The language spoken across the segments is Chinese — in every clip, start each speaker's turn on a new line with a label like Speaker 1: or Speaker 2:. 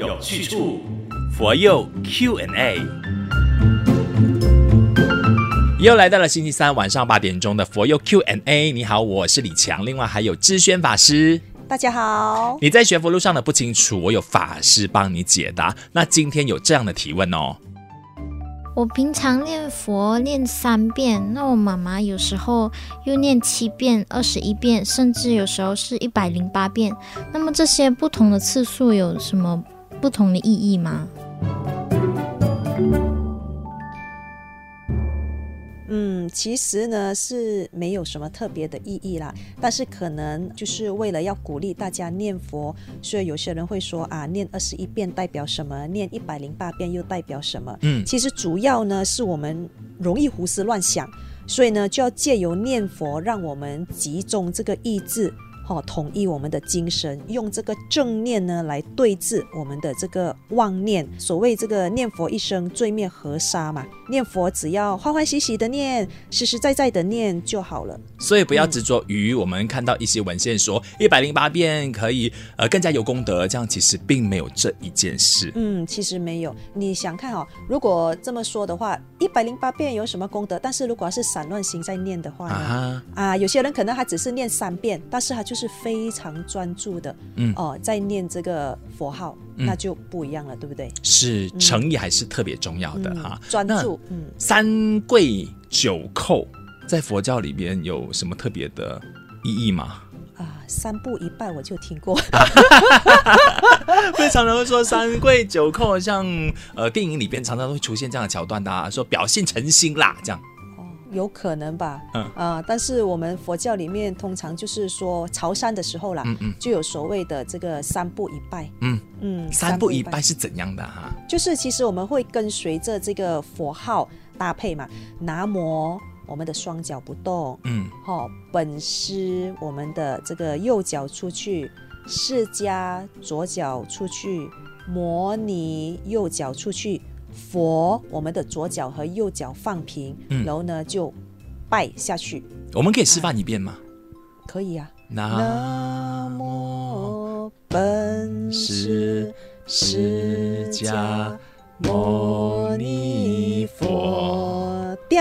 Speaker 1: 有去处。佛佑 Q&A，
Speaker 2: 又来到了星期三晚上八点钟的佛佑 Q&A。你好，我是李强，另外还有知轩法师。
Speaker 3: 大家好，
Speaker 2: 你在学佛路上的不清楚，我有法师帮你解答。那今天有这样的提问哦，
Speaker 4: 我平常念佛念三遍，那我妈妈有时候又念七遍、二十一遍，甚至有时候是一百零八遍。那么这些不同的次数有什么不同的意义吗？
Speaker 3: 嗯，其实呢是没有什么特别的意义啦，但是可能就是为了要鼓励大家念佛，所以有些人会说啊，念二十一遍代表什么，念一百零八遍又代表什么？
Speaker 2: 嗯
Speaker 3: 其实主要呢是我们容易胡思乱想，所以呢就要借由念佛，让我们集中这个意志。好、统一我们的精神，用这个正念呢来对治我们的这个妄念。所谓这个念佛一生，罪灭河沙嘛。念佛只要欢欢喜喜的念，实实在在的念就好了。
Speaker 2: 所以不要执着于我们看到一些文献说一百零八遍可以呃更加有功德，这样其实并没有这一件事。
Speaker 3: 嗯，其实没有。你想看哦，如果这么说的话，一百零八遍有什么功德？但是如果是散乱心在念的话呢？
Speaker 2: 啊
Speaker 3: 啊，有些人可能他只是念三遍，但是他就是非常专注的，
Speaker 2: 嗯
Speaker 3: 哦、在念这个佛号，那就不一样了，对不对？
Speaker 2: 是诚意还是特别重要的
Speaker 3: 嗯
Speaker 2: 哈。
Speaker 3: 专
Speaker 2: 啊那
Speaker 3: 注，嗯，
Speaker 2: 三跪九叩在佛教里边有什么特别的意义吗？
Speaker 3: 啊，三步一拜我就听过，
Speaker 2: 非常人会说三跪九叩，像呃电影里边常常会出现这样的桥段的、啊，说表现诚心啦，这样
Speaker 3: 哦，有可能吧，
Speaker 2: 嗯
Speaker 3: 啊，但是我们佛教里面通常就是说朝山的时候啦，
Speaker 2: 嗯嗯
Speaker 3: 就有所谓的这个三步一拜，
Speaker 2: 嗯
Speaker 3: 嗯，
Speaker 2: 三步一拜是怎样的哈、啊？
Speaker 3: 就是其实我们会跟随着这个佛号搭配嘛，南无我们的双脚不动，
Speaker 2: 嗯，
Speaker 3: 好、本师我们的这个右脚出去，释迦左脚出去，摩尼右脚出去，佛我们的左脚和右脚放平，
Speaker 2: 嗯
Speaker 3: 然后呢就拜下去，
Speaker 2: 我们可以示范一遍吗？
Speaker 3: 可以啊。
Speaker 2: 南
Speaker 3: 南
Speaker 2: 无
Speaker 3: 无哦本
Speaker 2: 师
Speaker 3: 师
Speaker 2: 释
Speaker 3: 释
Speaker 2: 迦
Speaker 3: 迦
Speaker 2: 牟
Speaker 3: 牟
Speaker 2: 尼
Speaker 3: 尼
Speaker 2: 佛
Speaker 3: 佛，叮，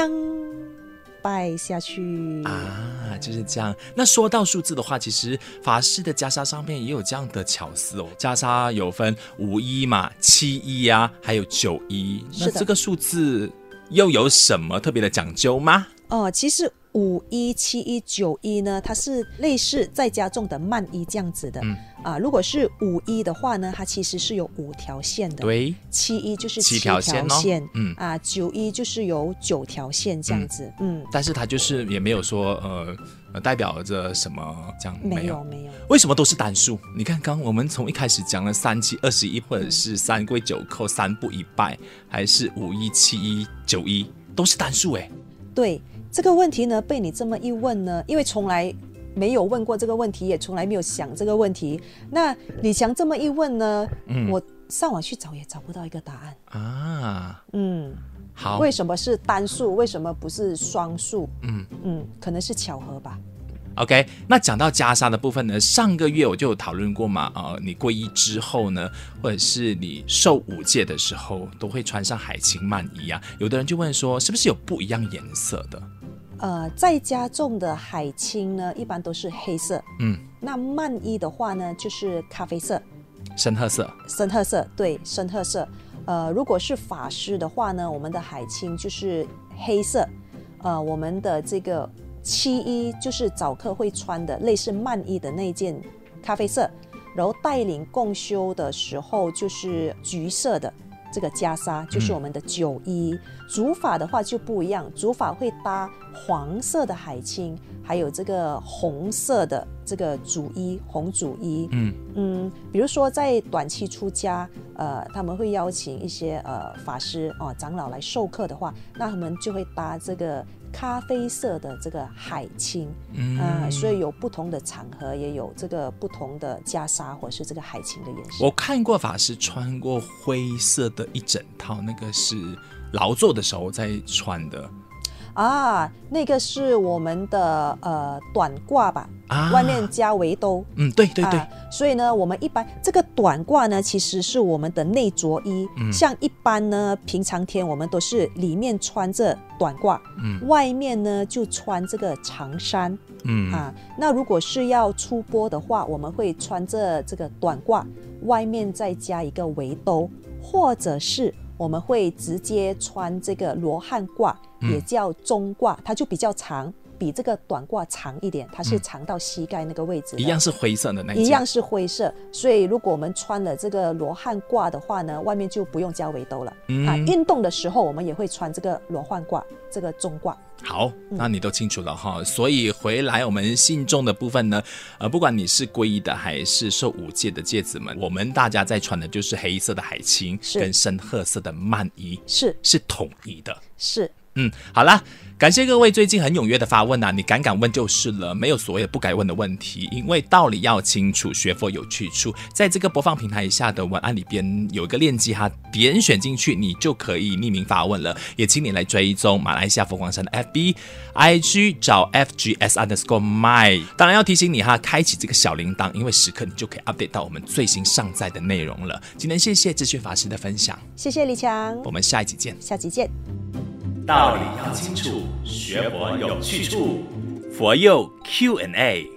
Speaker 3: 拜下去。
Speaker 2: 啊，就是这样。那说到数字的话，其实法师的袈裟上面也有这样的巧思哦。袈裟有分五一嘛、七一啊，还有九一。那
Speaker 3: 是的
Speaker 2: 这个数字又有什么特别的讲究吗？
Speaker 3: 哦，其实五一、七一、九一呢，它是类似在家种的慢一这样子的。
Speaker 2: 嗯
Speaker 3: 啊，如果是五一的话呢，它其实是有五条线的。。
Speaker 2: 对，
Speaker 3: 七一就是
Speaker 2: 七条
Speaker 3: 条
Speaker 2: 线哦嗯
Speaker 3: 啊，九一就是有九条线这样子，嗯，
Speaker 2: 但是它就是也没有说呃呃代表着什么这样
Speaker 3: 嗯没有没有，
Speaker 2: 为什么都是单数？你看，刚我们从一开始讲了三七二十一，或者是三跪九叩、三步一拜，还是五一七一九一，都是单数哎。
Speaker 3: 对这个问题呢，被你这么一问呢，因为从来没有问过这个问题，也从来没有想这个问题。那李强这么一问呢，
Speaker 2: 嗯
Speaker 3: 我上网去找也找不到一个答案。
Speaker 2: 啊，
Speaker 3: 嗯，
Speaker 2: 好，
Speaker 3: 为什么是单数？为什么不是双数？
Speaker 2: 嗯
Speaker 3: 嗯，可能是巧合吧。
Speaker 2: OK，那讲到袈裟的部分呢，上个月我就有讨论过嘛，呃，你皈依之后呢，或者是你受五戒的时候，都会穿上海青曼衣啊。有的人就问说，是不是有不一样颜色的？
Speaker 3: 呃，在家种的海青呢，一般都是黑色。
Speaker 2: 嗯，
Speaker 3: 那曼衣的话呢，就是咖啡色、
Speaker 2: 深褐色，
Speaker 3: 深褐色，对，深褐色。呃，如果是法师的话呢，我们的海青就是黑色。呃，我们的这个七一就是早课会穿的类似曼衣的那件咖啡色，然后带领共修的时候就是橘色的。这个袈裟就是我们的九一，主法的话就不一样，主法会搭黄色的海青，还有这个红色的这个主衣红主衣，
Speaker 2: 嗯
Speaker 3: 嗯，比如说在短期出家，呃，他们会邀请一些呃法师哦、长老来授课的话，那他们就会搭这个咖啡色的这个海青
Speaker 2: 嗯，
Speaker 3: 啊、所以有不同的场合也有这个不同的袈裟或是这个海青的颜色。
Speaker 2: 我看过法师穿过灰色的一整套，那个是劳作的时候在穿的。
Speaker 3: 啊，那个是我们的呃短褂吧，
Speaker 2: 啊，
Speaker 3: 外面加围兜。
Speaker 2: 嗯，对对对
Speaker 3: 啊，所以呢，我们一般这个短褂呢，其实是我们的内着衣。
Speaker 2: 嗯
Speaker 3: 像一般呢，平常天我们都是里面穿着短褂，
Speaker 2: 嗯
Speaker 3: 外面呢就穿这个长衫、
Speaker 2: 嗯
Speaker 3: 啊。那如果是要出播的话，我们会穿着这个短褂，外面再加一个围兜，或者是我们会直接穿这个罗汉褂，
Speaker 2: 嗯
Speaker 3: 也叫中褂，它就比较长。比这个短褂长一点，它是长到膝盖那个位置的、
Speaker 2: 嗯一哎样是灰色的那
Speaker 3: 一
Speaker 2: 件
Speaker 3: 样是灰色，所以如果我们穿了这个罗汉褂的话呢，外面就不用加围兜了、啊。
Speaker 2: 嗯，
Speaker 3: 运动的时候我们也会穿这个罗汉褂，这个中褂。
Speaker 2: 好，那你都清楚了哈。所以回来我们信众的部分呢，呃，不管你是皈依的还是受五戒的戒子们，我们大家在穿的就是黑色的海青
Speaker 3: 是
Speaker 2: 跟深褐色的曼衣，
Speaker 3: 是
Speaker 2: 是统一的。
Speaker 3: 是，
Speaker 2: 嗯，好啦，感谢各位最近很踊跃的发问啊，你敢敢问就是了，没有所谓的不该问的问题，因为道理要清楚，学佛有去处。在这个播放平台下的文案里边有一个链接哈，点选进去你就可以匿名发问了，也请你来追踪马来西亚佛光山的 FB、IG，找 FGS underscore my。当然要提醒你哈，开启这个小铃铛，因为时刻你就可以 update 到我们最新上载的内容了。今天谢谢智炫法师的分享，
Speaker 3: 谢谢李强，
Speaker 2: 我们下一集见。
Speaker 3: 下集见。
Speaker 1: 道理要清楚，学佛有去处。佛佑 Q&A。